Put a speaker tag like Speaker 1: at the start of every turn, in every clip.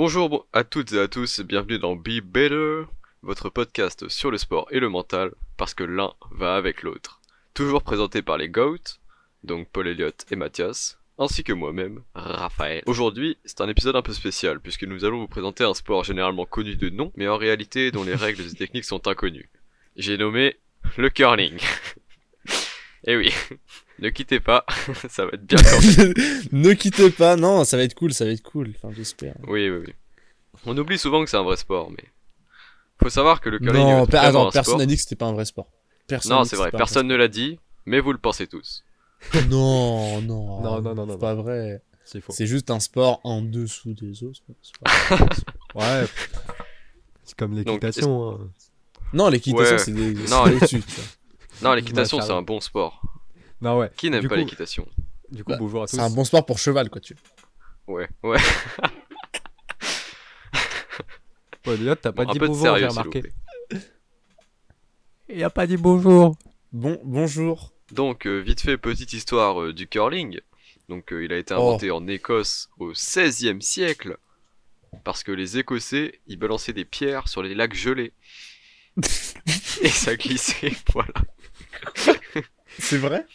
Speaker 1: Bonjour à toutes et à tous, et bienvenue dans Be Better, votre podcast sur le sport et le mental, parce que l'un va avec l'autre. Toujours présenté par les GOAT, donc Paul Elliott et Mathias, ainsi que moi-même, Raphaël. Aujourd'hui, c'est un épisode un peu spécial, puisque nous allons vous présenter un sport généralement connu de nom, mais en réalité dont les règles et techniques sont inconnues. J'ai nommé le curling. Eh oui, ne quittez pas, ça va être bien quand même.
Speaker 2: ne quittez pas, non, ça va être cool, ça va être cool, enfin, j'espère.
Speaker 1: Oui, oui, oui. On oublie souvent que c'est un vrai sport, mais faut savoir que le curling.
Speaker 2: Non,
Speaker 1: est
Speaker 2: pe-
Speaker 1: vraiment
Speaker 2: attends,
Speaker 1: un
Speaker 2: personne
Speaker 1: sport.
Speaker 2: n'a dit que c'était pas un vrai sport. Personne
Speaker 1: Non,
Speaker 2: n'a dit
Speaker 1: c'est
Speaker 2: que
Speaker 1: vrai,
Speaker 2: c'était pas un
Speaker 1: personne ne l'a dit, mais vous le pensez tous.
Speaker 2: vrai sport. Non, non,
Speaker 3: Non, non, non, non,
Speaker 2: c'est pas vrai.
Speaker 3: C'est faux.
Speaker 2: C'est juste un sport en dessous des os. quoi. C'est pas-
Speaker 3: Ouais. C'est comme l'équitation. hein.
Speaker 2: non, l'équitation,
Speaker 1: Ouais.
Speaker 2: c'est des.
Speaker 1: Non,
Speaker 2: c'est au-dessus, tu vois.
Speaker 1: Non, l'équitation,
Speaker 3: Ouais,
Speaker 1: c'est un bon sport.
Speaker 3: Non, ouais.
Speaker 1: Qui n'aime
Speaker 3: Du
Speaker 1: pas
Speaker 3: coup-
Speaker 1: l'équitation
Speaker 3: Du coup,
Speaker 2: Bah,
Speaker 3: bonjour à tous.
Speaker 2: C'est un bon sport pour cheval, quoi, tu
Speaker 1: Ouais, ouais.
Speaker 3: Paul Elliott, t'as pas
Speaker 1: Bon, un
Speaker 3: dit
Speaker 1: peu de
Speaker 3: bonjour, Bah, j'ai
Speaker 1: sérieux, s'il vous
Speaker 3: remarqué.
Speaker 1: plaît.
Speaker 3: Il a pas dit bonjour.
Speaker 2: Bon, bonjour.
Speaker 1: Donc, euh, vite fait, petite histoire euh, du curling. Donc, euh, il a été
Speaker 2: Oh.
Speaker 1: inventé en Écosse au XVIe siècle. Parce que les Écossais, ils balançaient des pierres sur les lacs gelés. Et ça glissait, voilà.
Speaker 2: C'est vrai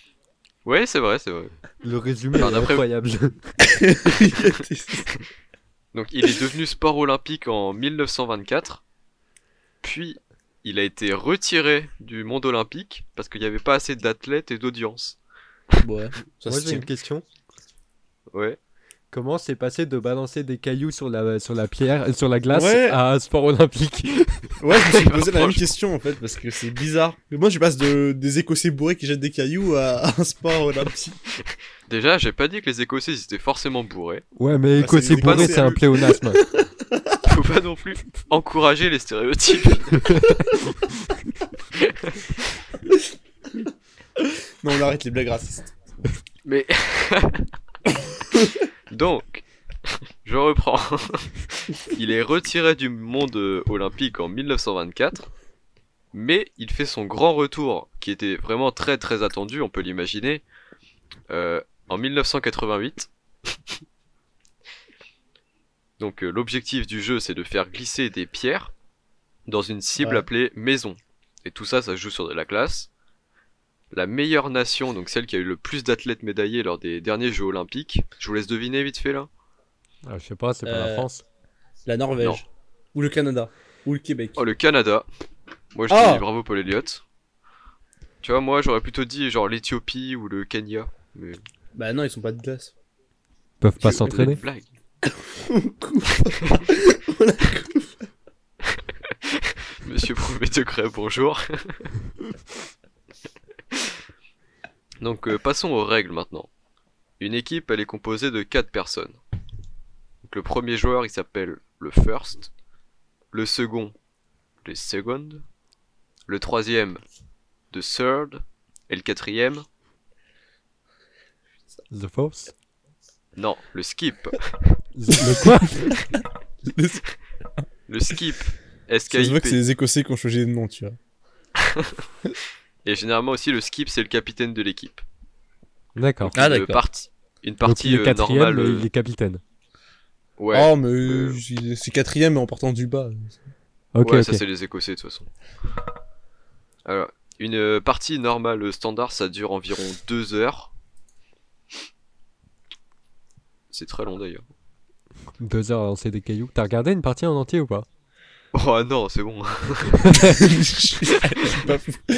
Speaker 1: Ouais, c'est vrai, c'est vrai.
Speaker 3: Le résumé
Speaker 1: Alors,
Speaker 3: est
Speaker 1: d'après-
Speaker 3: incroyable.
Speaker 1: Donc il est devenu sport olympique en 1924. Puis il a été retiré du monde olympique parce qu'il n'y avait pas assez d'athlètes et d'audience.
Speaker 2: Ouais, ça
Speaker 3: Moi,
Speaker 2: se
Speaker 3: j'ai
Speaker 2: tient.
Speaker 3: une question.
Speaker 1: Ouais.
Speaker 3: Comment c'est passé de balancer des cailloux sur la, sur la pierre, sur la glace
Speaker 2: Ouais.
Speaker 3: à un sport olympique
Speaker 2: Ouais, je me suis posé la même
Speaker 1: Franchement.
Speaker 2: question en fait, parce que c'est bizarre. Mais moi, je passe de, des Écossais bourrés qui jettent des cailloux à un sport olympique.
Speaker 1: Déjà, j'ai pas dit que les Écossais ils étaient forcément bourrés.
Speaker 3: Ouais,
Speaker 2: Bah, c'est
Speaker 3: mais écossais
Speaker 2: des
Speaker 3: bourré,
Speaker 2: écossais,
Speaker 3: c'est un
Speaker 2: eux.
Speaker 3: pléonasme.
Speaker 1: Faut pas non plus encourager les stéréotypes.
Speaker 2: Non, on arrête les blagues racistes.
Speaker 1: Mais donc, je reprends. Il est retiré du monde euh, olympique en 1924, mais il fait son grand retour, qui était vraiment très très attendu, on peut l'imaginer, euh, en 1988. Donc euh, l'objectif du jeu, c'est de faire glisser des pierres dans une cible
Speaker 2: Ouais.
Speaker 1: appelée maison. Et tout ça, ça se joue sur de la classe. La meilleure nation, donc celle qui a eu le plus d'athlètes médaillés lors des derniers Jeux Olympiques. Je vous laisse deviner vite fait là.
Speaker 3: Ah, je sais pas, c'est pas
Speaker 2: Euh,
Speaker 3: la France.
Speaker 2: La Norvège.
Speaker 1: Non.
Speaker 2: Ou le Canada. Ou le Québec.
Speaker 1: Oh, le Canada. Moi, je
Speaker 2: Ah.
Speaker 1: dis bravo Paul Elliott. Tu vois, moi, j'aurais plutôt dit genre l'Éthiopie ou le Kenya. Mais
Speaker 2: Bah non, ils sont pas de glace.
Speaker 3: Ils peuvent pas
Speaker 1: Je-
Speaker 3: s'entraîner.
Speaker 1: Blague. Monsieur Prouvé de Grès, bonjour. Donc euh, passons aux règles maintenant. Une équipe, elle est composée de 4 personnes. Donc, le premier joueur, il s'appelle le first. Le second, les second. Le troisième, the third. Et le quatrième,
Speaker 3: The Force
Speaker 1: non, le skip.
Speaker 3: The- Le quoi
Speaker 2: Ça
Speaker 1: Le skip,
Speaker 2: se voit que c'est
Speaker 1: SKIP.
Speaker 2: les Écossais qui ont changé de nom, tu vois.
Speaker 1: Et généralement aussi, le skip, c'est le capitaine de l'équipe.
Speaker 3: D'accord.
Speaker 2: Ah,
Speaker 1: une
Speaker 2: d'accord.
Speaker 1: partie, une
Speaker 3: Donc,
Speaker 1: partie
Speaker 3: il est
Speaker 1: euh,
Speaker 3: quatrième,
Speaker 1: normale.
Speaker 3: mais
Speaker 1: euh,
Speaker 3: il est capitaine.
Speaker 1: Ouais,
Speaker 2: Oh, mais
Speaker 1: Euh.
Speaker 2: j'ai- c'est quatrième mais en partant du bas. Oh,
Speaker 3: Ok,
Speaker 1: ouais,
Speaker 3: ok.
Speaker 1: ça c'est les Écossais de toute façon. Alors, une euh, partie normale euh, standard, ça dure environ deux heures. C'est très long d'ailleurs.
Speaker 3: Deux heures à lancer des cailloux. T'as regardé une partie en entier ou pas
Speaker 1: Oh non, c'est bon.
Speaker 2: Je suis pas fou.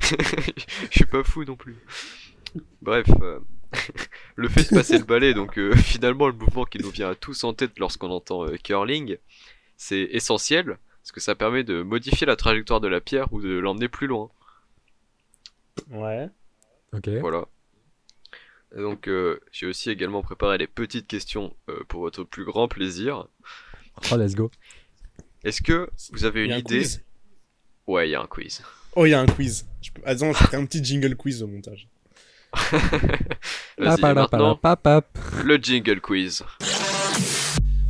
Speaker 1: Je suis pas fou non plus. Bref, euh, le fait de passer le balai, donc euh, finalement le mouvement qui nous vient à tous en tête lorsqu'on entend euh, curling, c'est essentiel parce que ça permet de modifier la trajectoire de la pierre ou de l'emmener plus loin.
Speaker 2: Ouais.
Speaker 3: Ok.
Speaker 1: Voilà. Et Donc euh, j'ai aussi également préparé des petites questions euh, pour votre plus grand plaisir.
Speaker 3: Oh, let's go.
Speaker 1: Est-ce que vous avez
Speaker 2: Il y
Speaker 1: une
Speaker 2: a un
Speaker 1: idée
Speaker 2: quiz.
Speaker 1: Ouais, il y a un quiz.
Speaker 2: Oh, il y a un quiz. Je peux- Attends, je ferai un petit jingle quiz au montage.
Speaker 1: Vas-y, et maintenant
Speaker 3: Papapapap.
Speaker 1: le jingle quiz.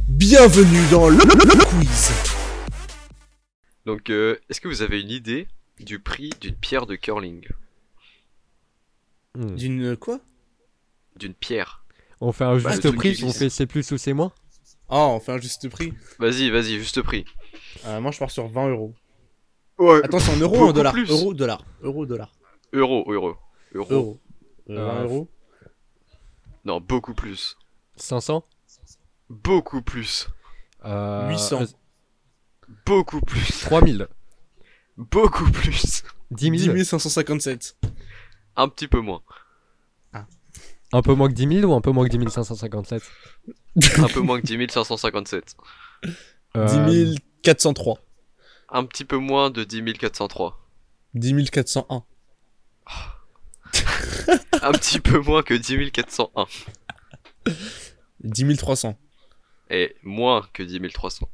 Speaker 2: Bienvenue dans le, quiz.
Speaker 1: Donc euh, est-ce que vous avez une idée du prix d'une pierre de curling
Speaker 3: Hmm.
Speaker 2: D'une quoi
Speaker 1: D'une pierre
Speaker 3: On fait un
Speaker 1: Bah, le
Speaker 3: juste
Speaker 1: truc
Speaker 3: prix,
Speaker 1: existe.
Speaker 3: on fait c'est plus ou c'est moins
Speaker 2: Ah, on fait un juste prix.
Speaker 1: Vas-y, vas-y, juste prix.
Speaker 2: Euh, moi, je pars sur 20 euros.
Speaker 1: Ouais.
Speaker 2: Attends, c'est en euros ou en
Speaker 1: Beaucoup
Speaker 2: dollars
Speaker 1: plus.
Speaker 2: Euros, dollars. Euros, dollars.
Speaker 1: Euro, euro, euro.
Speaker 2: Euros. Euh, 20
Speaker 1: Ah,
Speaker 3: Euh,
Speaker 2: euros.
Speaker 1: Non, beaucoup plus.
Speaker 3: 500
Speaker 1: Beaucoup plus.
Speaker 3: Euh,
Speaker 2: 800.
Speaker 3: euh,
Speaker 1: Beaucoup plus.
Speaker 3: 3000.
Speaker 1: Beaucoup plus.
Speaker 3: 10 000.
Speaker 2: 10 557.
Speaker 1: Un petit peu moins.
Speaker 3: Un peu moins que 10 000 ou un peu moins que 10 557
Speaker 1: Un peu moins que 10 557.
Speaker 3: Euh,
Speaker 2: 10 403.
Speaker 1: Un petit peu moins de 10 403.
Speaker 2: 10 401.
Speaker 1: Un petit peu moins que 10 401.
Speaker 2: 10 300.
Speaker 1: Et moins que 10 300.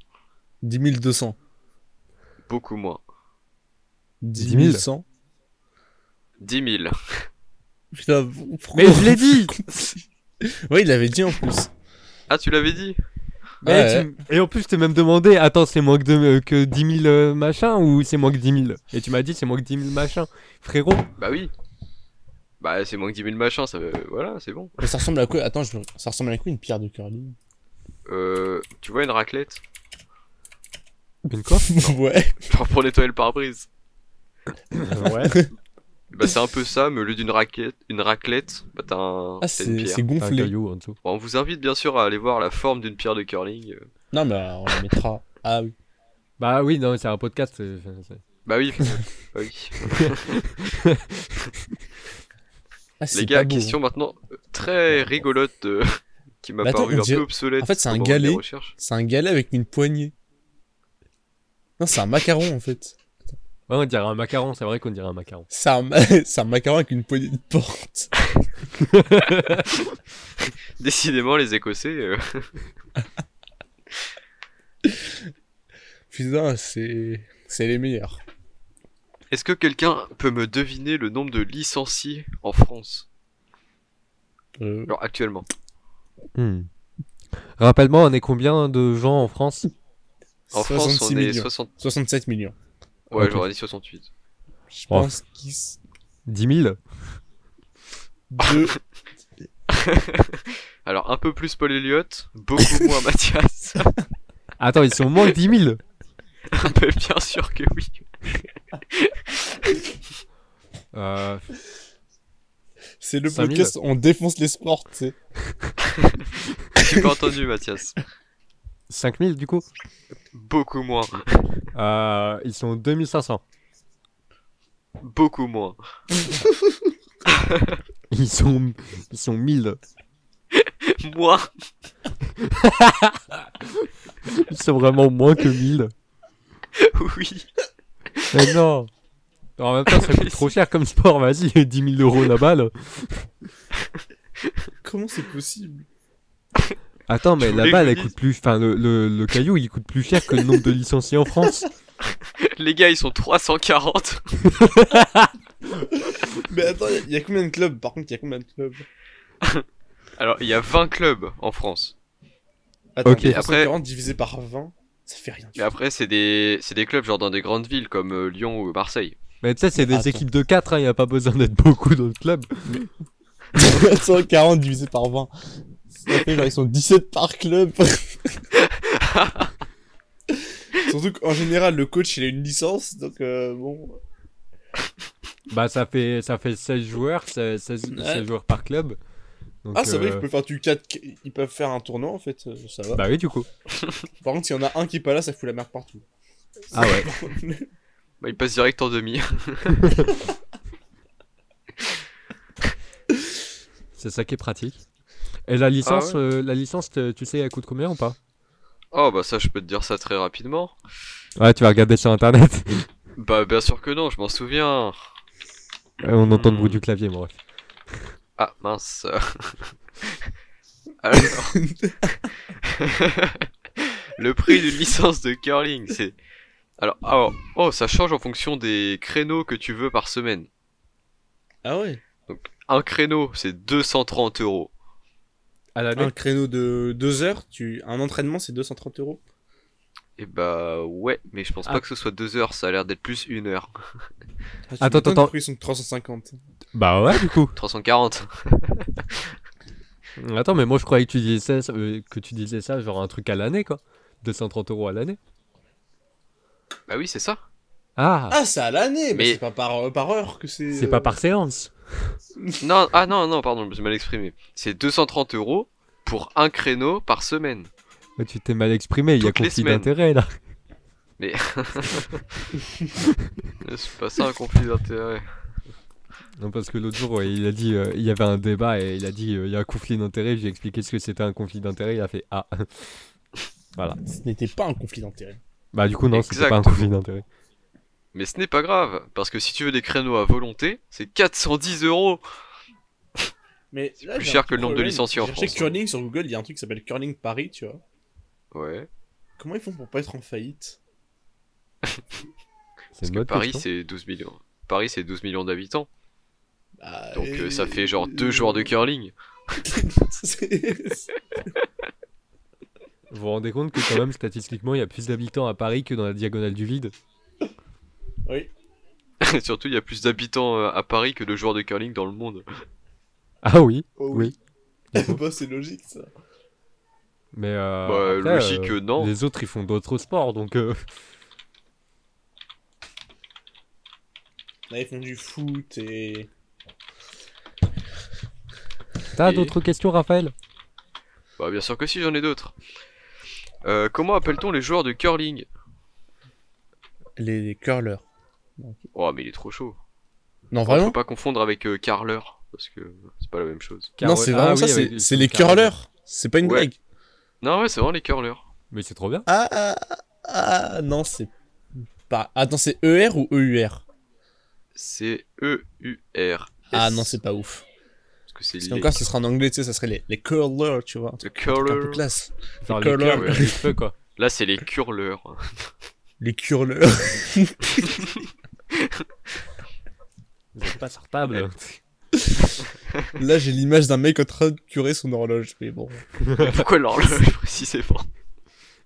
Speaker 2: 10 200.
Speaker 1: Beaucoup moins.
Speaker 2: 10
Speaker 3: 10
Speaker 2: 100.
Speaker 1: 10 000.
Speaker 2: Putain, pourquoi-
Speaker 3: Mais je l'ai dit
Speaker 2: Ouais, il l'avait dit en plus.
Speaker 1: Ah, tu l'avais dit
Speaker 3: Mais
Speaker 2: Ouais.
Speaker 3: tu m- Et en plus, je t'ai même demandé, attends, c'est moins que, de- euh, que 10 000 euh, machin ou c'est moins que 10 000 Et tu m'as dit, c'est moins que 10 000 machin. Frérot,
Speaker 1: Bah oui. Bah, c'est moins que 10 000 machins, ça veut- Voilà, c'est bon.
Speaker 2: Mais ça ressemble à quoi Attends, je... me- ça ressemble à quoi une pierre de curling
Speaker 1: Euh, tu vois une raclette
Speaker 3: une quoi
Speaker 2: Ouais.
Speaker 1: Genre pour nettoyer le pare-brise.
Speaker 3: Ouais.
Speaker 1: Bah, c'est un peu ça, mais au lieu d'une raquette, une raclette, bah, t'as un...
Speaker 2: Ah,
Speaker 1: t'as une
Speaker 2: c'est
Speaker 1: pierre.
Speaker 2: c'est
Speaker 3: Un
Speaker 2: gonflé.
Speaker 3: caillou en dessous.
Speaker 1: Bon, on vous invite bien sûr à aller voir la forme d'une pierre de curling. euh.
Speaker 2: Non, mais euh, on la mettra. Ah oui.
Speaker 3: Bah oui, non, c'est un podcast. c'est- c'est- c'est-
Speaker 1: Bah oui. bah oui.
Speaker 2: Ah, c'est
Speaker 1: Les gars,
Speaker 2: pas beau,
Speaker 1: question
Speaker 2: hein.
Speaker 1: maintenant euh, très rigolote euh, qui m'a
Speaker 2: Mais Bah, attends,
Speaker 1: paru
Speaker 2: on
Speaker 1: un
Speaker 2: dirait-
Speaker 1: peu obsolète.
Speaker 2: en fait, c'est un
Speaker 1: pendant mes
Speaker 2: galet.
Speaker 1: recherches.
Speaker 2: hein. C'est un galet avec une poignée. Non, c'est un macaron en fait.
Speaker 3: Ouais, on dirait un macaron, c'est vrai qu'on dirait un macaron.
Speaker 2: C'est un, ma- c'est un macaron avec une poignée de porte.
Speaker 1: Décidément, les Écossais. euh,
Speaker 2: Putain, c'est. C'est les meilleurs.
Speaker 1: Est-ce que quelqu'un peut me deviner le nombre de licenciés en France
Speaker 2: Euh,
Speaker 1: Genre actuellement.
Speaker 3: Hmm. Rappelle-moi, on est combien de gens en France
Speaker 1: En France, on
Speaker 2: 66
Speaker 1: est
Speaker 2: millions.
Speaker 1: 60.
Speaker 2: 67 millions.
Speaker 1: Ouais,
Speaker 3: Ok.
Speaker 1: j'aurais dit 68.
Speaker 2: Je
Speaker 3: Oh.
Speaker 2: pense qu'ils. s-
Speaker 3: 10 000
Speaker 2: Deux.
Speaker 1: Alors, un peu plus Paul Elliott, beaucoup moins Mathias.
Speaker 3: Attends, ils sont moins que 10 000
Speaker 1: un peu bien sûr que oui.
Speaker 3: euh,
Speaker 2: C'est le
Speaker 3: 5000.
Speaker 2: podcast, on défonce les sports, tu sais.
Speaker 1: J'ai pas entendu, Mathias.
Speaker 3: 5 000 du coup
Speaker 1: Beaucoup moins.
Speaker 3: euh, Ils sont 2500.
Speaker 1: Beaucoup moins.
Speaker 3: Ils sont, ils sont 1000.
Speaker 1: Moins.
Speaker 3: Ils sont vraiment moins que 1000.
Speaker 1: Oui.
Speaker 3: Mais non En même temps, ça coûte trop cher comme sport, vas-y, 10 000 euros la balle.
Speaker 2: Comment c'est possible
Speaker 3: Attends,
Speaker 1: Je
Speaker 3: mais la
Speaker 1: voulais
Speaker 3: balle,
Speaker 1: que
Speaker 3: elle
Speaker 1: je
Speaker 3: coûte plus. Enfin, le, le, le caillou, il coûte plus cher que le nombre de licenciés en France.
Speaker 1: Les gars, ils sont 340.
Speaker 2: Mais attends, il y a combien de clubs Par contre, il y a combien de clubs
Speaker 1: Alors, il y a 20 clubs en France.
Speaker 2: Attends,
Speaker 3: Ok,
Speaker 2: mais
Speaker 1: après-
Speaker 2: 340 divisé par 20, ça fait rien.
Speaker 1: Mais après, c'est des, c'est des clubs genre dans des grandes villes comme euh, Lyon ou Marseille.
Speaker 3: Mais tu sais, c'est des
Speaker 2: Attends.
Speaker 3: équipes de 4, il n'y a pas besoin d'être beaucoup dans le club.
Speaker 2: 340 divisé par 20. Ça fait genre, ils sont 17 par club. Surtout qu'en général, le coach, il a une licence, donc euh, bon.
Speaker 3: Bah, ça fait, ça fait 16 joueurs, 16, 16
Speaker 2: Ouais.
Speaker 3: 16 joueurs par club. Donc,
Speaker 2: Ah, c'est vrai,
Speaker 3: euh,
Speaker 2: ils peuvent faire du 4. Ils peuvent faire un tournoi, en fait, euh, ça va.
Speaker 3: Bah oui, du coup.
Speaker 2: Par contre, s'il y en a un qui est pas là, ça fout la merde partout.
Speaker 3: Ah ouais.
Speaker 1: Bah, ils passent direct en demi.
Speaker 3: C'est ça qui est pratique. Et la licence, euh, la licence, te- tu sais, elle coûte combien ou pas
Speaker 1: Oh, bah ça, je peux te dire ça très rapidement.
Speaker 3: Ouais, tu vas regarder sur internet.
Speaker 1: Bah, bien sûr que non, je m'en souviens.
Speaker 3: On entend le bruit
Speaker 1: Hmm.
Speaker 3: du clavier, bref.
Speaker 1: Ah, mince. Alors. Le prix d'une licence de curling, c'est. Alors, alors, oh, ça change en fonction des créneaux que tu veux par semaine.
Speaker 2: Ah ouais
Speaker 1: Un créneau, c'est 230 euros.
Speaker 3: À l'année
Speaker 2: Un créneau de 2 heures, tu... un entraînement, c'est 230 euros.
Speaker 1: Et bah, ouais, mais je pense
Speaker 3: Ah.
Speaker 1: pas que ce soit deux heures, ça a l'air d'être plus une heure.
Speaker 2: Ah, tu
Speaker 3: Attends,
Speaker 2: m'étonnes
Speaker 3: attends.
Speaker 2: pourquoi Ils sont que 350.
Speaker 3: Bah ouais, du coup.
Speaker 1: 340.
Speaker 3: Attends, mais moi je croyais que tu disais ça, euh, que tu disais ça genre un truc à l'année quoi. 230 euros à l'année.
Speaker 1: Bah oui, c'est ça.
Speaker 3: Ah,
Speaker 2: Ah, c'est à l'année, mais,
Speaker 1: Mais-
Speaker 2: c'est pas par, euh, par heure que c'est.
Speaker 3: c'est
Speaker 2: euh,
Speaker 3: pas par séance.
Speaker 1: Non, ah non, non, pardon, je me suis mal exprimé. C'est 230 euros pour un créneau par semaine.
Speaker 3: Ouais, tu t'es mal exprimé, il y a
Speaker 1: Toutes les
Speaker 3: conflit
Speaker 1: semaines.
Speaker 3: d'intérêt là.
Speaker 1: C'est pas ça un conflit d'intérêt.
Speaker 3: Non, parce que l'autre jour, ouais, il a dit, euh, il y avait un débat et il a dit, euh, il y a un conflit d'intérêt. J'ai expliqué ce que c'était un conflit d'intérêt. Il a fait ah.
Speaker 2: euh, Ce n'était pas un conflit d'intérêt.
Speaker 3: Bah du coup non, c'était pas un
Speaker 1: Exactement.
Speaker 3: conflit d'intérêt.
Speaker 1: Mais ce n'est pas grave, parce que si tu veux des créneaux à volonté, c'est 410 euros.
Speaker 2: Mais là,
Speaker 1: plus
Speaker 2: j'ai un
Speaker 1: cher
Speaker 2: petit
Speaker 1: que le nombre de
Speaker 2: problème.
Speaker 1: licenciés en
Speaker 2: J'ai cherché
Speaker 1: France.
Speaker 2: curling sur Google, il y a un truc qui s'appelle Curling Paris, tu vois.
Speaker 1: Ouais.
Speaker 2: Comment ils font pour pas être en faillite
Speaker 3: C'est
Speaker 1: Parce
Speaker 3: une
Speaker 1: que
Speaker 3: bonne
Speaker 1: Paris,
Speaker 3: question.
Speaker 1: c'est 12 millions. Paris, c'est 12 millions d'habitants.
Speaker 2: Bah,
Speaker 1: Donc euh,
Speaker 2: euh,
Speaker 1: ça fait genre
Speaker 2: euh,
Speaker 1: deux joueurs de curling.
Speaker 2: C'est-
Speaker 3: Vous vous rendez compte que quand même statistiquement, il y a plus d'habitants à Paris que dans la diagonale du vide.
Speaker 2: oui.
Speaker 1: Surtout, il y a plus d'habitants euh, à Paris que de joueurs de curling dans le monde.
Speaker 3: Ah oui.
Speaker 2: Oh
Speaker 3: Oui.
Speaker 2: bah, c'est logique ça.
Speaker 3: Mais euh,
Speaker 1: Bah,
Speaker 3: après,
Speaker 1: logique,
Speaker 3: euh,
Speaker 1: non.
Speaker 3: Les autres, ils font d'autres sports, donc euh,
Speaker 2: Là, ils font du foot et.
Speaker 3: t'as
Speaker 1: Et-
Speaker 3: d'autres questions, Raphaël
Speaker 1: Bah bien sûr que si, j'en ai d'autres. Euh, comment appelle-t-on les joueurs de curling
Speaker 2: Les, les curlers.
Speaker 1: Oh, mais il est trop chaud.
Speaker 2: Non,
Speaker 1: Faut
Speaker 2: vraiment
Speaker 1: pas confondre avec euh, carleur, parce que c'est pas la même chose.
Speaker 2: Non, c'est vraiment
Speaker 3: Ah oui,
Speaker 2: ça,
Speaker 3: avec-
Speaker 2: c'est- c'est les
Speaker 3: carrés.
Speaker 2: curlers. C'est pas une
Speaker 1: Ouais.
Speaker 2: blague.
Speaker 1: Non, ouais, c'est vraiment les curleurs.
Speaker 3: Mais c'est trop bien.
Speaker 2: Ah, ah, ah, non, c'est pas. Attends, c'est ER ou EUR
Speaker 1: C'est E E-U-R.
Speaker 2: Ah non, c'est pas ouf.
Speaker 1: Parce que c'est
Speaker 2: Parce
Speaker 1: les-
Speaker 2: qu'encore, ce sera en anglais, tu sais, ça serait les, les curlers, tu vois. Un
Speaker 1: le
Speaker 2: truc un peu
Speaker 1: curler.
Speaker 2: classe.
Speaker 3: Genre
Speaker 2: Les
Speaker 3: les
Speaker 2: curlers,
Speaker 3: cœurs
Speaker 1: ouais.
Speaker 3: comme des cheveux, quoi.
Speaker 1: Là, c'est les curleurs.
Speaker 2: Les curlers.
Speaker 3: Vous êtes pas sur table.
Speaker 2: Là, j'ai l'image d'un mec en train de curer son horloge. Mais bon.
Speaker 1: Pourquoi l'horloge précisément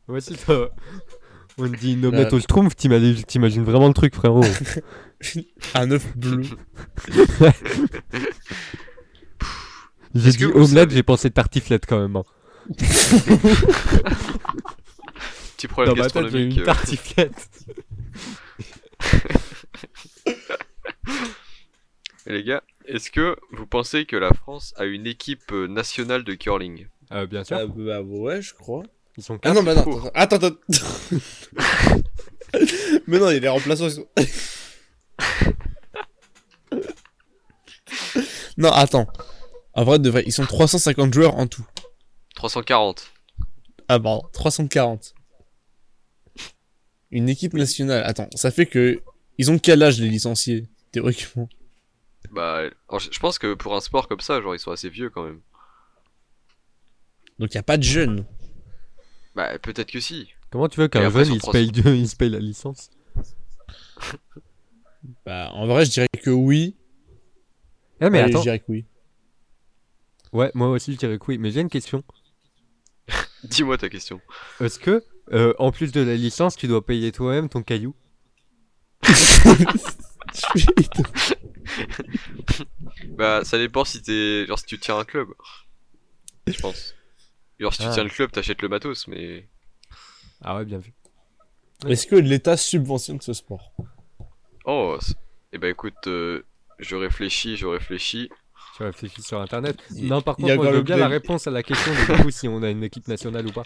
Speaker 3: Moi aussi, ça. On dit une omelette au schtroumpf, t'imagines t'imagines vraiment le truc, frérot.
Speaker 2: Un œuf bleu.
Speaker 3: J'ai
Speaker 1: Est-ce que vous
Speaker 3: dit omelette,
Speaker 1: savez-
Speaker 3: j'ai pensé tartiflette quand même. hein.
Speaker 1: Petit problème
Speaker 3: Dans ma tête, j'ai eu
Speaker 1: gastronomique.
Speaker 3: une
Speaker 1: euh,
Speaker 3: tartiflette.
Speaker 1: Les gars, est-ce que vous pensez que la France a une équipe euh, nationale de curling
Speaker 3: Euh, bien sûr.
Speaker 2: Ah, bah ouais, je crois.
Speaker 3: Ils sont
Speaker 2: Ah
Speaker 3: quatre.
Speaker 2: non, mais
Speaker 1: faux.
Speaker 2: attends, attends, attends. mais non, il est remplaçant. non, attends. En vrai, de vrai, ils sont 350 joueurs en tout.
Speaker 1: 340.
Speaker 2: Ah pardon, 340. Une équipe nationale. Attends, ça fait que ils ont quel âge les licenciés théoriquement
Speaker 1: Bah, alors, je je pense que pour un sport comme ça, genre, ils sont assez vieux quand même.
Speaker 2: Donc il y a pas de jeunes.
Speaker 1: Bah, peut-être que si.
Speaker 3: Comment tu veux
Speaker 1: Et
Speaker 3: qu'un
Speaker 1: après,
Speaker 3: jeune, il
Speaker 1: sur
Speaker 3: se, paye, il se paye la licence
Speaker 2: Bah en vrai, je dirais que oui.
Speaker 3: Eh, mais
Speaker 2: Allez,
Speaker 3: attends.
Speaker 2: je dirais que oui.
Speaker 3: Ouais, moi aussi, je dirais que oui. Mais j'ai une question.
Speaker 1: Dis-moi ta question.
Speaker 3: Est-ce que, euh, en plus de la licence, tu dois payer toi-même ton caillou
Speaker 1: Bah, ça dépend si t'es. Genre, si tu tiens un club. Je pense. Genre, si tu
Speaker 3: Ah.
Speaker 1: tiens le club, t'achètes le matos, mais.
Speaker 3: Ah ouais, bien vu.
Speaker 2: Est-ce que l'État subventionne ce sport
Speaker 1: Oh, c'est- eh ben écoute, euh, je réfléchis, je réfléchis.
Speaker 3: Tu réfléchis sur internet.
Speaker 2: Il-
Speaker 3: non, par
Speaker 2: il y a
Speaker 3: contre, moi, je
Speaker 2: encore
Speaker 3: veux
Speaker 2: le
Speaker 3: bien la
Speaker 2: club.
Speaker 3: réponse à la question de du coup, si on a une équipe nationale ou pas.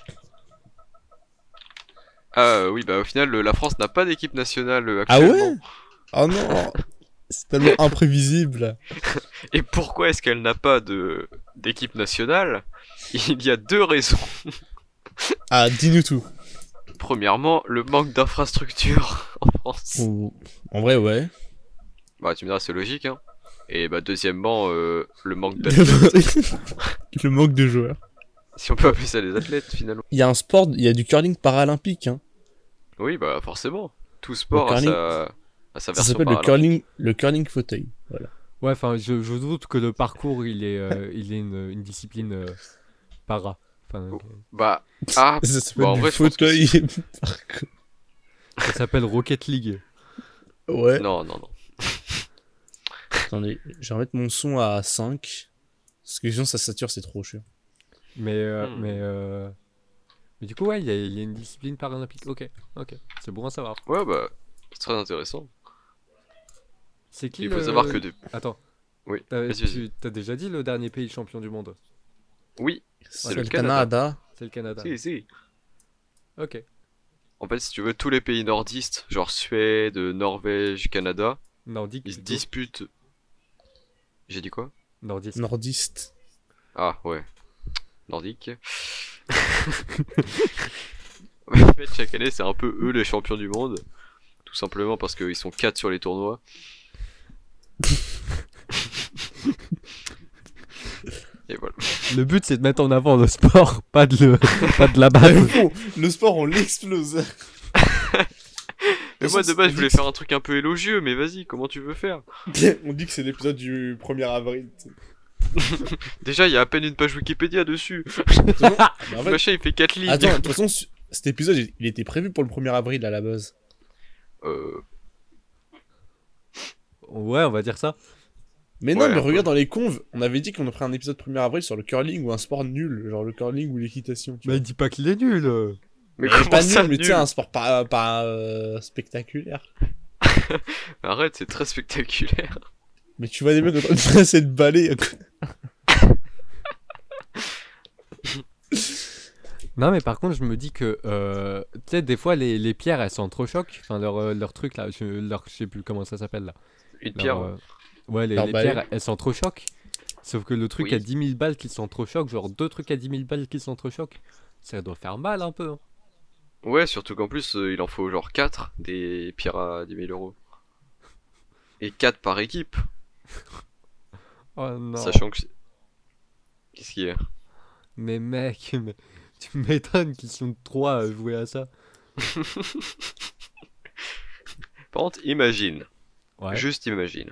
Speaker 1: Ah euh, oui, bah au final, le- la France n'a pas d'équipe nationale euh,
Speaker 2: Ah
Speaker 1: actuellement.
Speaker 2: ouais Oh non, c'est tellement imprévisible.
Speaker 1: Et pourquoi est-ce qu'elle n'a pas de d'équipe nationale Il y a deux raisons.
Speaker 2: Ah, dis-nous tout.
Speaker 1: Premièrement, le manque d'infrastructures en France.
Speaker 2: Ou- En vrai, ouais.
Speaker 1: Bah tu me diras, c'est logique, hein. Et bah deuxièmement, euh, le manque d'athlètes.
Speaker 2: Le manque de joueurs.
Speaker 1: si on peut appeler ça des athlètes finalement.
Speaker 2: Il y a un sport, il y a du curling paralympique. Hein.
Speaker 1: Oui, bah forcément. Tout sport a
Speaker 2: curling.
Speaker 1: sa, a sa
Speaker 2: Ça
Speaker 1: version
Speaker 2: s'appelle le
Speaker 1: paralympique.
Speaker 2: curling, le curling fauteuil. Voilà.
Speaker 3: Ouais, enfin, je, je doute que le parcours, il est, euh, il est une, une discipline euh, para. Enfin,
Speaker 1: Oh. Bah, ah,
Speaker 2: Ça s'appelle
Speaker 1: en
Speaker 2: du
Speaker 1: vrai, je pense que
Speaker 2: fauteuil.
Speaker 3: ça s'appelle Rocket League.
Speaker 2: ouais.
Speaker 1: non, non, non.
Speaker 2: Attendez, je vais remettre mon son à 5. Parce que sinon, ça sature, c'est trop chiant.
Speaker 3: Mais, euh,
Speaker 1: Hmm.
Speaker 3: mais, euh, mais du coup, ouais, il y, a- il y a une discipline paralympique. Ok, ok, c'est bon à savoir.
Speaker 1: Ouais, bah, c'est très intéressant.
Speaker 3: C'est qui
Speaker 1: Il faut
Speaker 3: le-
Speaker 1: savoir que de...
Speaker 3: Attends,
Speaker 1: Oui,
Speaker 3: t'as-
Speaker 1: vas-y, vas-y.
Speaker 3: tu as déjà dit le dernier pays champion du monde
Speaker 1: Oui,
Speaker 2: C'est
Speaker 1: le
Speaker 2: le
Speaker 1: Canada.
Speaker 2: Canada.
Speaker 3: C'est le Canada.
Speaker 1: si, si.
Speaker 3: Ok.
Speaker 1: En fait, si tu veux, tous les pays nordistes, genre Suède, Norvège, Canada,
Speaker 3: Nordique.
Speaker 1: ils se
Speaker 3: plutôt.
Speaker 1: disputent. J'ai dit quoi
Speaker 3: Nordique.
Speaker 2: Nordiste.
Speaker 1: Ah, ouais. Nordique. Ouais, en fait, chaque année, c'est un peu eux les champions du monde. Tout simplement parce qu'ils sont 4 sur les tournois. Et voilà.
Speaker 3: Le but, c'est de mettre en avant le sport, pas de, le... pas de la
Speaker 2: Ah, le
Speaker 3: balle.
Speaker 2: fond, le sport, on l'explose.
Speaker 1: Mais moi, de base, je voulais faire un truc un peu élogieux, mais vas-y, comment tu veux faire
Speaker 2: On dit que c'est l'épisode du 1er avril. tu sais.
Speaker 1: Déjà, il y a à peine une page Wikipédia dessus.
Speaker 2: Mais Bah, en
Speaker 1: Le
Speaker 2: fait,
Speaker 1: Machin, il fait 4 lignes.
Speaker 2: Attends, de toute façon, ce- cet épisode, il- il était prévu pour le 1er avril à la base.
Speaker 1: Euh,
Speaker 3: Ouais, on va dire ça.
Speaker 2: Mais non,
Speaker 1: Ouais,
Speaker 2: mais
Speaker 1: un peu.
Speaker 2: regarde dans les conves, on avait dit qu'on aurait un épisode 1er avril sur le curling ou un sport nul, genre le curling ou l'équitation. tu
Speaker 3: Mais dis pas qu'il est nul. euh.
Speaker 1: mais
Speaker 2: vois.
Speaker 1: comment
Speaker 2: pas
Speaker 1: ça
Speaker 2: nul, mais tu sais,
Speaker 1: nul
Speaker 2: un sport pas, pas euh, spectaculaire.
Speaker 1: Arrête, c'est très spectaculaire.
Speaker 2: Mais tu vois des mecs en train de passer de balai.
Speaker 3: Non, mais par contre, je me dis que euh, peut-être des fois les, les pierres elles s'entrechoquent. Enfin, leur, euh, leur truc là, je, leur, je sais plus comment ça s'appelle là.
Speaker 1: Une
Speaker 3: Leur,
Speaker 1: pierre,
Speaker 3: euh, Ouais, les,
Speaker 2: Leur
Speaker 3: les
Speaker 2: balai.
Speaker 3: pierres elles s'entrechoquent. Sauf que le truc
Speaker 1: Oui.
Speaker 3: à 10 000 balles qui s'entrechoque, genre deux trucs à 10 000 balles qui s'entrechoquent, ça doit faire mal un peu. hein.
Speaker 1: Ouais, surtout qu'en plus, euh, il en faut genre 4 des pierres à 10 000 euros. Et 4 par équipe,
Speaker 3: Oh non.
Speaker 1: sachant que. c'est- Qu'est-ce qu'il y a
Speaker 3: Mais mec, mais tu m'étonnes qu'ils sont trois à jouer à ça.
Speaker 1: Par contre, imagine,
Speaker 3: Ouais.
Speaker 1: juste imagine.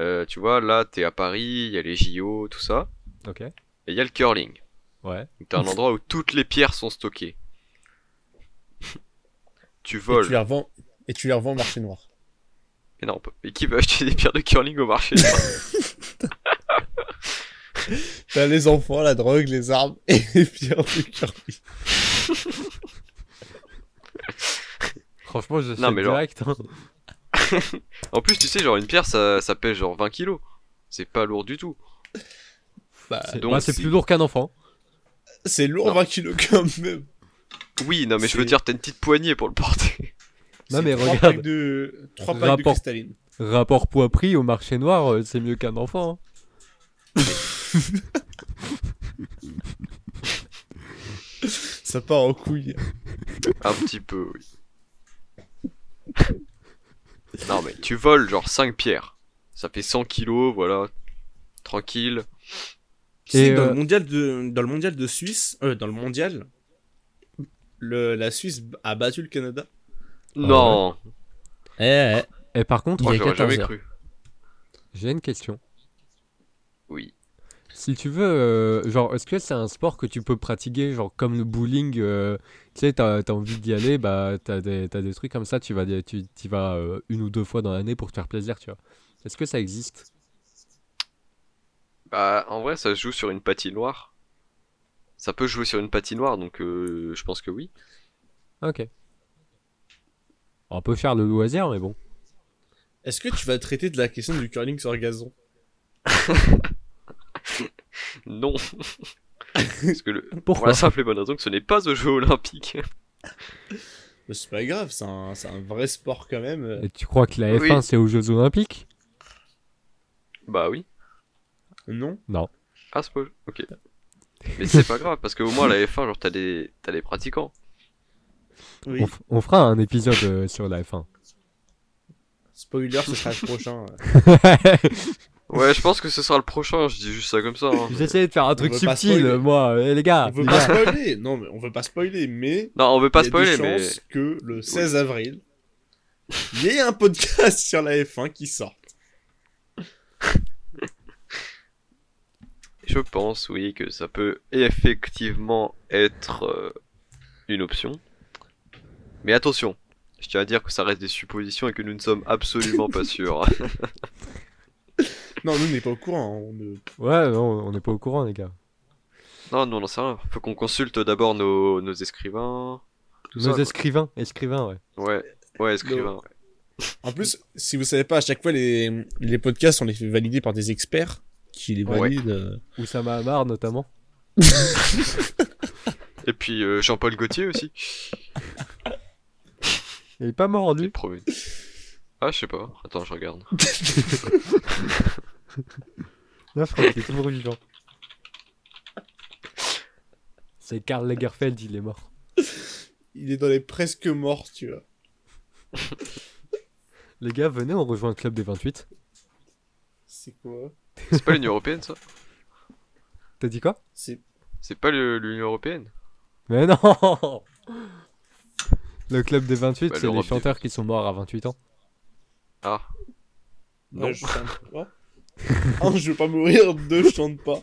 Speaker 1: Euh, tu vois, là, t'es à Paris, il y a les JO, tout ça,
Speaker 3: Ok.
Speaker 1: et il y a le curling.
Speaker 3: Ouais.
Speaker 1: Donc, T'as un endroit où toutes les pierres sont stockées. tu
Speaker 2: Et
Speaker 1: voles.
Speaker 2: tu les revends, et tu les revends au marché noir.
Speaker 1: Mais non, on peut- mais qui veut acheter des pierres de curling au marché
Speaker 2: T'as les enfants, la drogue, les armes et les pierres de curling.
Speaker 3: Franchement, je
Speaker 1: Non, mais genre-
Speaker 3: direct. hein.
Speaker 1: En plus, tu sais, genre une pierre, ça, ça pèse genre 20 kilos. C'est pas lourd du tout.
Speaker 2: Bah,
Speaker 3: C'est
Speaker 1: donc
Speaker 3: bah, c'est
Speaker 1: c'est-
Speaker 3: plus lourd qu'un enfant.
Speaker 2: c'est lourd
Speaker 1: Non.
Speaker 2: 20 kilos quand même.
Speaker 1: Oui, non, mais je veux
Speaker 2: C'est-
Speaker 1: dire, t'as une petite poignée pour le porter.
Speaker 3: Non,
Speaker 2: C'est
Speaker 3: mais
Speaker 2: trois
Speaker 3: regarde.
Speaker 2: packs de... 3 packs de
Speaker 3: Rapport.
Speaker 2: cristalline.
Speaker 3: Rapport poids-prix au marché noir, euh, c'est mieux qu'un enfant.
Speaker 2: Ça part en couille.
Speaker 1: Un petit peu, oui. Non, mais tu voles genre 5 pierres. Ça fait 100 kilos, voilà. Tranquille.
Speaker 2: Tu sais,
Speaker 3: Et,
Speaker 2: dans,
Speaker 3: euh,
Speaker 2: le mondial de, dans le mondial de Suisse, euh, dans le mondial, le, la Suisse b- a battu le Canada.
Speaker 1: Non,
Speaker 2: Eh,
Speaker 3: euh, Et par contre,
Speaker 2: Ah Il
Speaker 1: Oh,
Speaker 2: est
Speaker 1: j'aurais jamais
Speaker 2: 14 heures.
Speaker 1: cru.
Speaker 3: j'ai une question.
Speaker 1: Oui.
Speaker 3: Si tu veux, euh, genre, est-ce que c'est un sport que tu peux pratiquer, genre comme le bowling, euh, tu sais, t'as t'as envie d'y aller, bah t'as des, t'as des trucs comme ça, tu vas, des- tu, t'y vas euh, une ou deux fois dans l'année pour te faire plaisir, tu vois. Est-ce que ça existe
Speaker 1: Bah, en vrai, ça se joue sur une patinoire. Ça peut jouer sur une patinoire, donc euh, je pense que oui.
Speaker 3: Ok. Un peu cher le loisir, mais bon.
Speaker 2: Est-ce que tu vas traiter de la question du curling sur gazon
Speaker 1: Non. Parce que le... Pour la simple et bonne raison que ce n'est pas au jeu olympique.
Speaker 2: Bah, C'est pas grave, c'est un, c'est un vrai sport quand même. euh.
Speaker 3: Et tu crois que la
Speaker 1: Oui.
Speaker 3: F1 c'est aux Jeux Olympiques
Speaker 1: Bah oui.
Speaker 2: Non
Speaker 1: Ah, c'est pas... Ok. Mais c'est pas grave, parce qu'au moins, à la F1, genre, t'as des... t'as des pratiquants.
Speaker 2: Oui.
Speaker 3: on, f- on fera un épisode euh, sur la F1.
Speaker 2: Spoiler, ce sera le prochain.
Speaker 1: Ouais, je pense que ce sera le prochain, je dis juste ça comme ça. hein.
Speaker 3: J'essayais de faire un truc
Speaker 2: veut pas
Speaker 3: subtil,
Speaker 2: spoiler.
Speaker 3: moi, Eh, les gars.
Speaker 2: On veut
Speaker 3: les
Speaker 2: pas
Speaker 3: gars.
Speaker 2: spoiler. Non, mais on veut pas spoiler, mais
Speaker 1: Non, on veut pas spoiler,
Speaker 2: il y a
Speaker 1: mais.
Speaker 2: des chances que le 16 avril, il y ait un podcast sur la F1 qui sort.
Speaker 1: Je pense, oui, que ça peut effectivement être euh, une option. Mais attention, je tiens à dire que ça reste des suppositions et que nous ne sommes absolument pas sûrs.
Speaker 2: Non, nous, on n'est pas au courant. hein. On ne-
Speaker 3: Ouais, non, on n'est pas au courant, les gars.
Speaker 1: Non, nous on en sait rien. Faut qu'on consulte d'abord nos, nos escrivains. Tout ça,
Speaker 3: Nos
Speaker 1: quoi.
Speaker 3: escrivains, escrivains, ouais.
Speaker 1: Ouais, ouais, escrivains.
Speaker 2: En plus, si vous savez pas, à chaque fois, les, les podcasts, on les fait valider par des experts qui les
Speaker 1: Ouais.
Speaker 2: valident. euh.
Speaker 3: Oussama Hamar, notamment.
Speaker 1: Et puis euh, Jean-Paul Gaultier aussi.
Speaker 3: Il est pas mort,
Speaker 1: Il est
Speaker 3: lui.
Speaker 1: promu. Ah, je sais pas. Attends, je regarde.
Speaker 3: Non, je crois qu'il est toujours vivant. C'est Karl Lagerfeld, il est mort.
Speaker 2: Il est dans les presque morts, tu vois.
Speaker 3: Les gars, venez, on rejoint le club des 28.
Speaker 2: C'est quoi
Speaker 1: C'est pas l'Union Européenne, ça
Speaker 3: T'as dit quoi
Speaker 2: C'est
Speaker 1: C'est pas le- l'Union Européenne
Speaker 3: Mais non Le club des 28,
Speaker 1: Bah,
Speaker 3: c'est les
Speaker 1: l'Europe des-
Speaker 3: chanteurs qui sont morts à 28 ans.
Speaker 1: Ah. Non.
Speaker 2: Ouais, je chante pas. Un, je veux pas mourir. Deux, je chante pas.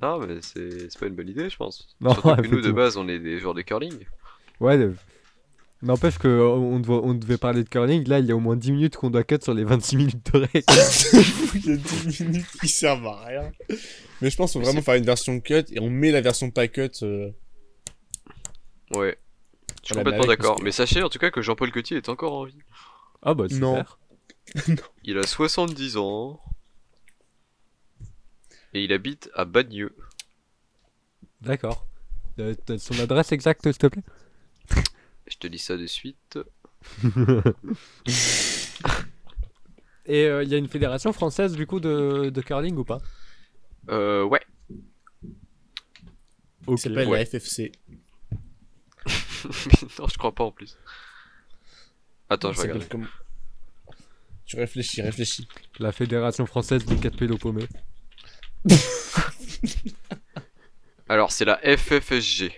Speaker 1: Non, mais c'est c'est pas une bonne idée, je pense.
Speaker 3: Non,
Speaker 1: Surtout que nous, de
Speaker 3: effectivement.
Speaker 1: base, on est des joueurs de curling.
Speaker 3: Ouais, le- n'empêche que euh, on, devait- on devait parler de curling. Là, il y a au moins 10 minutes qu'on doit cut sur les 26 minutes de règle.
Speaker 2: Il y a 10 minutes qui servent à rien. Mais je pense qu'on
Speaker 1: Mais
Speaker 2: faut vraiment faire une version cut et on met la version pas cut. euh,
Speaker 1: Ouais. Je suis
Speaker 2: Voilà, mais
Speaker 1: complètement
Speaker 2: avec
Speaker 1: d'accord.
Speaker 2: Moscou.
Speaker 1: Mais sachez en tout cas que Jean-Paul Gaultier est encore en vie.
Speaker 3: Ah bah super.
Speaker 2: Non.
Speaker 1: Il a 70 ans. Et il habite à Bagneux.
Speaker 3: D'accord. Euh, t'as son adresse exacte, s'il te plaît
Speaker 1: Je te dis ça de suite.
Speaker 3: Et euh, il y a une fédération française du coup de, de curling ou pas
Speaker 1: Euh, ouais.
Speaker 3: Ok.
Speaker 2: qui s'appelle
Speaker 1: ouais.
Speaker 2: la FFC.
Speaker 1: non, je crois pas en plus. Attends, je
Speaker 2: Ça s'appelle
Speaker 1: regarde.
Speaker 2: comment Tu réfléchis, réfléchis.
Speaker 3: La fédération française des 4 pédopaumés.
Speaker 1: Alors, c'est la FFSG.
Speaker 3: Et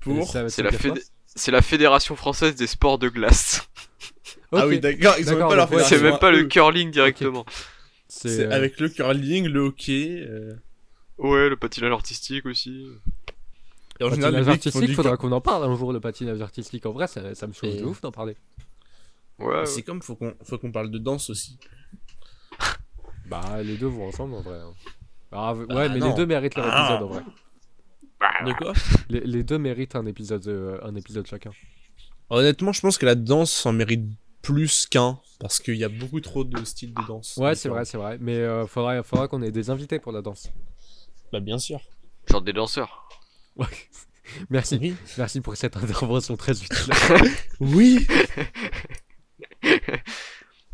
Speaker 2: Pour.
Speaker 3: ça va
Speaker 1: C'est
Speaker 3: être
Speaker 1: la,
Speaker 3: quoi
Speaker 1: fédé- c'est la Fédération Française des Sports de Glace.
Speaker 2: Ah
Speaker 3: Ok.
Speaker 2: oui, d'accord, ils ont même
Speaker 3: D'accord,
Speaker 2: pas leur
Speaker 3: donc ouais,
Speaker 1: c'est Euh,
Speaker 2: fédération
Speaker 1: même
Speaker 2: à
Speaker 1: pas le
Speaker 2: eux.
Speaker 1: curling directement.
Speaker 3: C'est
Speaker 2: C'est
Speaker 3: euh,
Speaker 2: avec le curling, le hockey. euh,
Speaker 1: Ouais, le patinage artistique aussi.
Speaker 2: Et en général, les
Speaker 3: patinage
Speaker 2: mecs qui font
Speaker 3: artistique.
Speaker 2: du Eh.
Speaker 3: Faudra qu'on en parle un jour le patinage artistique. En vrai, ça, ça me chauffe
Speaker 2: Et-
Speaker 3: de ouf d'en parler.
Speaker 1: Ouais,
Speaker 2: C'est comme faut qu'on faut qu'on parle de danse aussi.
Speaker 3: Bah les deux vont ensemble en vrai. hein. Ah, v-
Speaker 2: Bah,
Speaker 3: ouais, mais
Speaker 2: non.
Speaker 3: les deux méritent leur
Speaker 2: Ah.
Speaker 3: épisode en vrai.
Speaker 2: De quoi
Speaker 3: Les, les deux méritent un épisode, euh, un épisode chacun.
Speaker 2: Honnêtement, je pense que la danse s'en mérite plus qu'un parce qu'il y a beaucoup trop de styles de danse.
Speaker 3: Ouais, c'est vrai, c'est vrai. Mais euh, faudra, faudra qu'on ait des invités pour la danse.
Speaker 2: Bah bien sûr.
Speaker 1: genre des danseurs.
Speaker 3: Ouais. Merci,
Speaker 2: Oui.
Speaker 3: merci pour cette intervention très utile.
Speaker 2: Oui.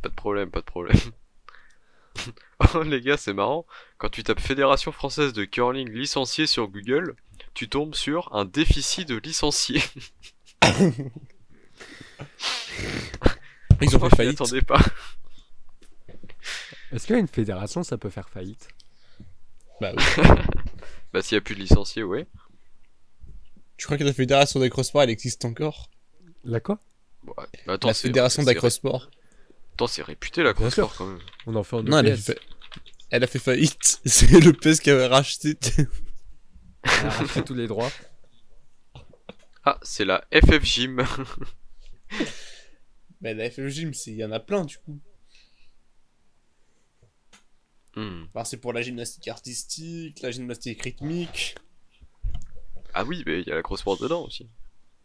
Speaker 1: Pas de problème, pas de problème. oh les gars, c'est marrant. Quand tu tapes Fédération Française de Curling licencié sur Google, tu tombes sur un déficit de licenciés.
Speaker 2: Ils ont
Speaker 1: Oh, je m'y
Speaker 2: fait faillite.
Speaker 1: attendais pas.
Speaker 3: Est-ce qu'une fédération, ça peut faire faillite
Speaker 2: Bah oui.
Speaker 1: Bah s'il y a plus de licenciés, ouais.
Speaker 2: Tu crois que la fédération d'acrosport elle existe encore
Speaker 3: La quoi
Speaker 1: Bon, ouais. Mais attends,
Speaker 2: La
Speaker 1: c'est-
Speaker 2: fédération
Speaker 1: c'est-
Speaker 2: d'acrosport.
Speaker 1: Attends, c'est réputé la
Speaker 3: sûr.
Speaker 1: crossfort quand même.
Speaker 3: On en fait en
Speaker 2: Non, elle a,
Speaker 3: EPS.
Speaker 2: fait... elle a fait faillite. C'est le PS qui avait racheté.
Speaker 3: Elle a racheté tous les droits.
Speaker 1: Ah, c'est la FF Gym.
Speaker 2: Mais la FF Gym, c'est- il y en a plein du coup.
Speaker 1: Hmm.
Speaker 2: Enfin, c'est pour la gymnastique artistique, la gymnastique rythmique.
Speaker 1: Ah oui, mais il y a la crossfort dedans aussi.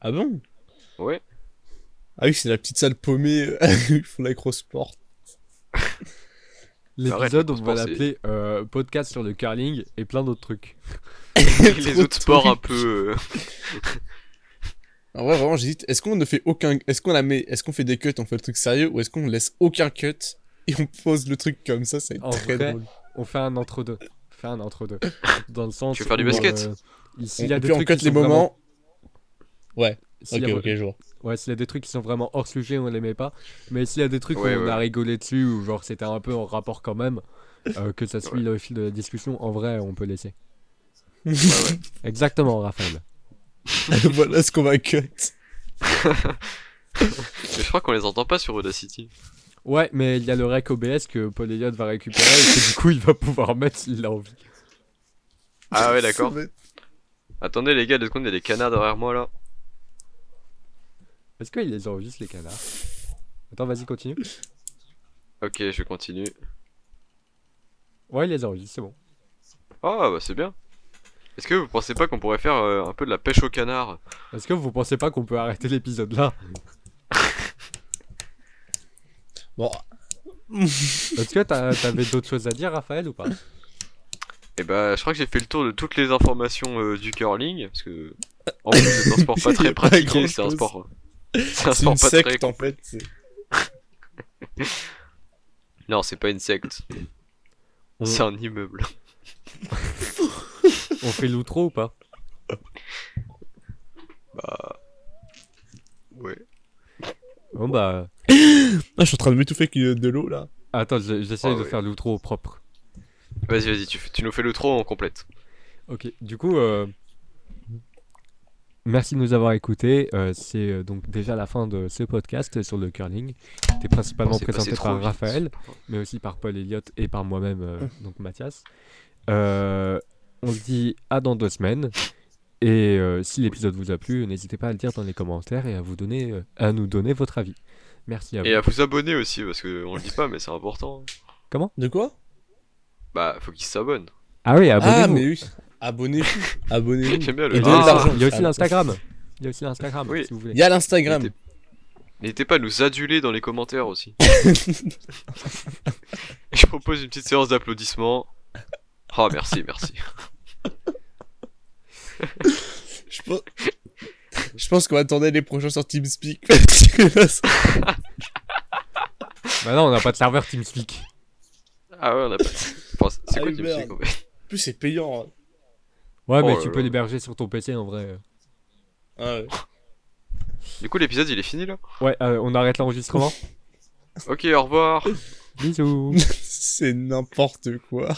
Speaker 2: Ah bon
Speaker 1: Ouais.
Speaker 2: Ah oui, c'est la petite salle paumée. euh, Ils font l'acrosport.
Speaker 3: L'épisode,
Speaker 1: Arrête,
Speaker 3: on va
Speaker 1: je pense,
Speaker 3: l'appeler euh, podcast sur le curling et plein d'autres trucs.
Speaker 1: Les autres sports un peu. euh,
Speaker 2: En vrai, vraiment, j'hésite. Est-ce qu'on ne fait aucun. Est-ce qu'on la met. Est-ce qu'on fait des cuts, on fait le truc sérieux, ou est-ce qu'on laisse aucun cut et on pose le truc comme ça C'est
Speaker 3: En
Speaker 2: très
Speaker 3: vrai,
Speaker 2: drôle.
Speaker 3: On fait un entre-deux. On fait un entre-deux. Dans le sens.
Speaker 1: Tu veux faire du
Speaker 3: où,
Speaker 1: basket
Speaker 3: euh, S'il
Speaker 2: On,
Speaker 3: y a des
Speaker 2: puis on
Speaker 3: trucs.
Speaker 2: cut
Speaker 3: qui
Speaker 2: les
Speaker 3: sont vraiment-
Speaker 2: moments.
Speaker 3: s'il y a-
Speaker 2: ok, ok, je vois.
Speaker 3: Ouais, s'il y a des trucs qui sont vraiment hors sujet, on les met pas. Mais s'il y a des trucs
Speaker 1: Ouais,
Speaker 3: où on
Speaker 1: ouais.
Speaker 3: a rigolé dessus, ou genre c'était un peu en rapport quand même, euh, que ça suit le fil de la discussion, en vrai, on peut laisser. Exactement, Raphaël.
Speaker 2: voilà ce qu'on va cut.
Speaker 1: Mais je crois qu'on les entend pas sur Audacity.
Speaker 3: Ouais, mais il y a le rec OBS que Paul Elliott va récupérer et que du coup il va pouvoir mettre s'il a envie.
Speaker 1: Ah ouais, d'accord. Attendez les gars, deux secondes, il y a des canards derrière moi là.
Speaker 3: Est-ce qu'il les enregistre les canards Attends, vas-y, continue.
Speaker 1: Ok, je continue.
Speaker 3: Ouais, il les a enregistrés, c'est bon.
Speaker 1: Ah, bah c'est bien. Est-ce que vous pensez pas qu'on pourrait faire euh, un peu de la pêche au canard
Speaker 3: Est-ce que vous pensez pas qu'on peut arrêter l'épisode là
Speaker 2: Bon,
Speaker 3: Est-ce que t'as- t'avais d'autres choses à dire, Raphaël, ou pas
Speaker 1: Eh bah, je crois que j'ai fait le tour de toutes les informations euh, du curling. Parce que, en plus, c'est un sport pas
Speaker 2: Il y
Speaker 1: très
Speaker 2: a pas
Speaker 1: pratiqué.
Speaker 2: grand-chose.
Speaker 1: C'est un sport. euh, C'est un
Speaker 2: c'est
Speaker 1: sport
Speaker 2: une
Speaker 1: pas
Speaker 2: secte
Speaker 1: très.
Speaker 2: en fait. c'est-
Speaker 1: Non, c'est pas une secte.
Speaker 3: On-
Speaker 1: C'est un immeuble.
Speaker 3: On fait l'outro ou pas
Speaker 1: Ouais.
Speaker 3: Bon, bah.
Speaker 2: Ah, je suis en train de m'étouffer avec euh, de l'eau là.
Speaker 3: Attends, je- j'essaye
Speaker 1: Ah
Speaker 3: de
Speaker 1: ouais.
Speaker 3: faire l'outro au propre.
Speaker 1: Vas-y, vas-y, tu, fais- tu nous fais le trop, on complète.
Speaker 3: Ok, du coup, euh, merci de nous avoir écoutés. Euh, c'est euh, donc déjà la fin de ce podcast sur le curling. C'était principalement
Speaker 1: C'est passé
Speaker 3: présenté
Speaker 1: trop
Speaker 3: par
Speaker 1: vite.
Speaker 3: Raphaël, mais aussi par Paul Elliott et par moi-même, euh, donc Mathias. Euh, on se dit à dans deux semaines. Et euh, si l'épisode vous a plu, n'hésitez pas à le dire dans les commentaires et à, vous donner, euh, à nous donner votre avis.
Speaker 2: Ah
Speaker 3: Merci à vous.
Speaker 1: Et à vous abonner aussi, parce que on le dit pas, mais c'est important.
Speaker 2: De quoi
Speaker 1: Bah, faut qu'ils s'abonnent.
Speaker 3: Ah oui, abonnez-vous.
Speaker 2: Ah, mais oui. Abonnez-vous. Abonnez-vous.
Speaker 1: J'aime bien
Speaker 3: Et
Speaker 1: le.
Speaker 2: donnez de
Speaker 3: ah,
Speaker 2: l'argent.
Speaker 3: il y a aussi
Speaker 2: Ah,
Speaker 3: l'Instagram. Il y a aussi l'Instagram,
Speaker 1: Oui.
Speaker 3: si vous voulez.
Speaker 2: Il y a l'Instagram.
Speaker 1: N'hésitez pas à nous aduler dans les commentaires aussi. Je propose une petite séance d'applaudissements. Ah, merci, merci.
Speaker 2: Je pense, je pense qu'on attendait les prochains sur TeamSpeak. parce que là, ça-
Speaker 3: Bah non, on n'a pas de serveur TeamSpeak.
Speaker 1: Ah ouais, on a pas. Enfin, c'est- c'est
Speaker 2: Ah,
Speaker 1: quoi
Speaker 2: oui,
Speaker 1: tu
Speaker 2: merde.
Speaker 1: me fais
Speaker 2: en plus, c'est payant. hein.
Speaker 3: Ouais,
Speaker 1: Oh
Speaker 3: mais
Speaker 1: là
Speaker 3: tu
Speaker 1: là.
Speaker 3: peux l'héberger sur ton PC en vrai.
Speaker 2: Ah ouais.
Speaker 1: Du coup, l'épisode il est fini là
Speaker 3: Ouais, euh, on arrête l'enregistrement.
Speaker 1: Ok, au revoir
Speaker 3: Bisous.
Speaker 2: c'est n'importe quoi.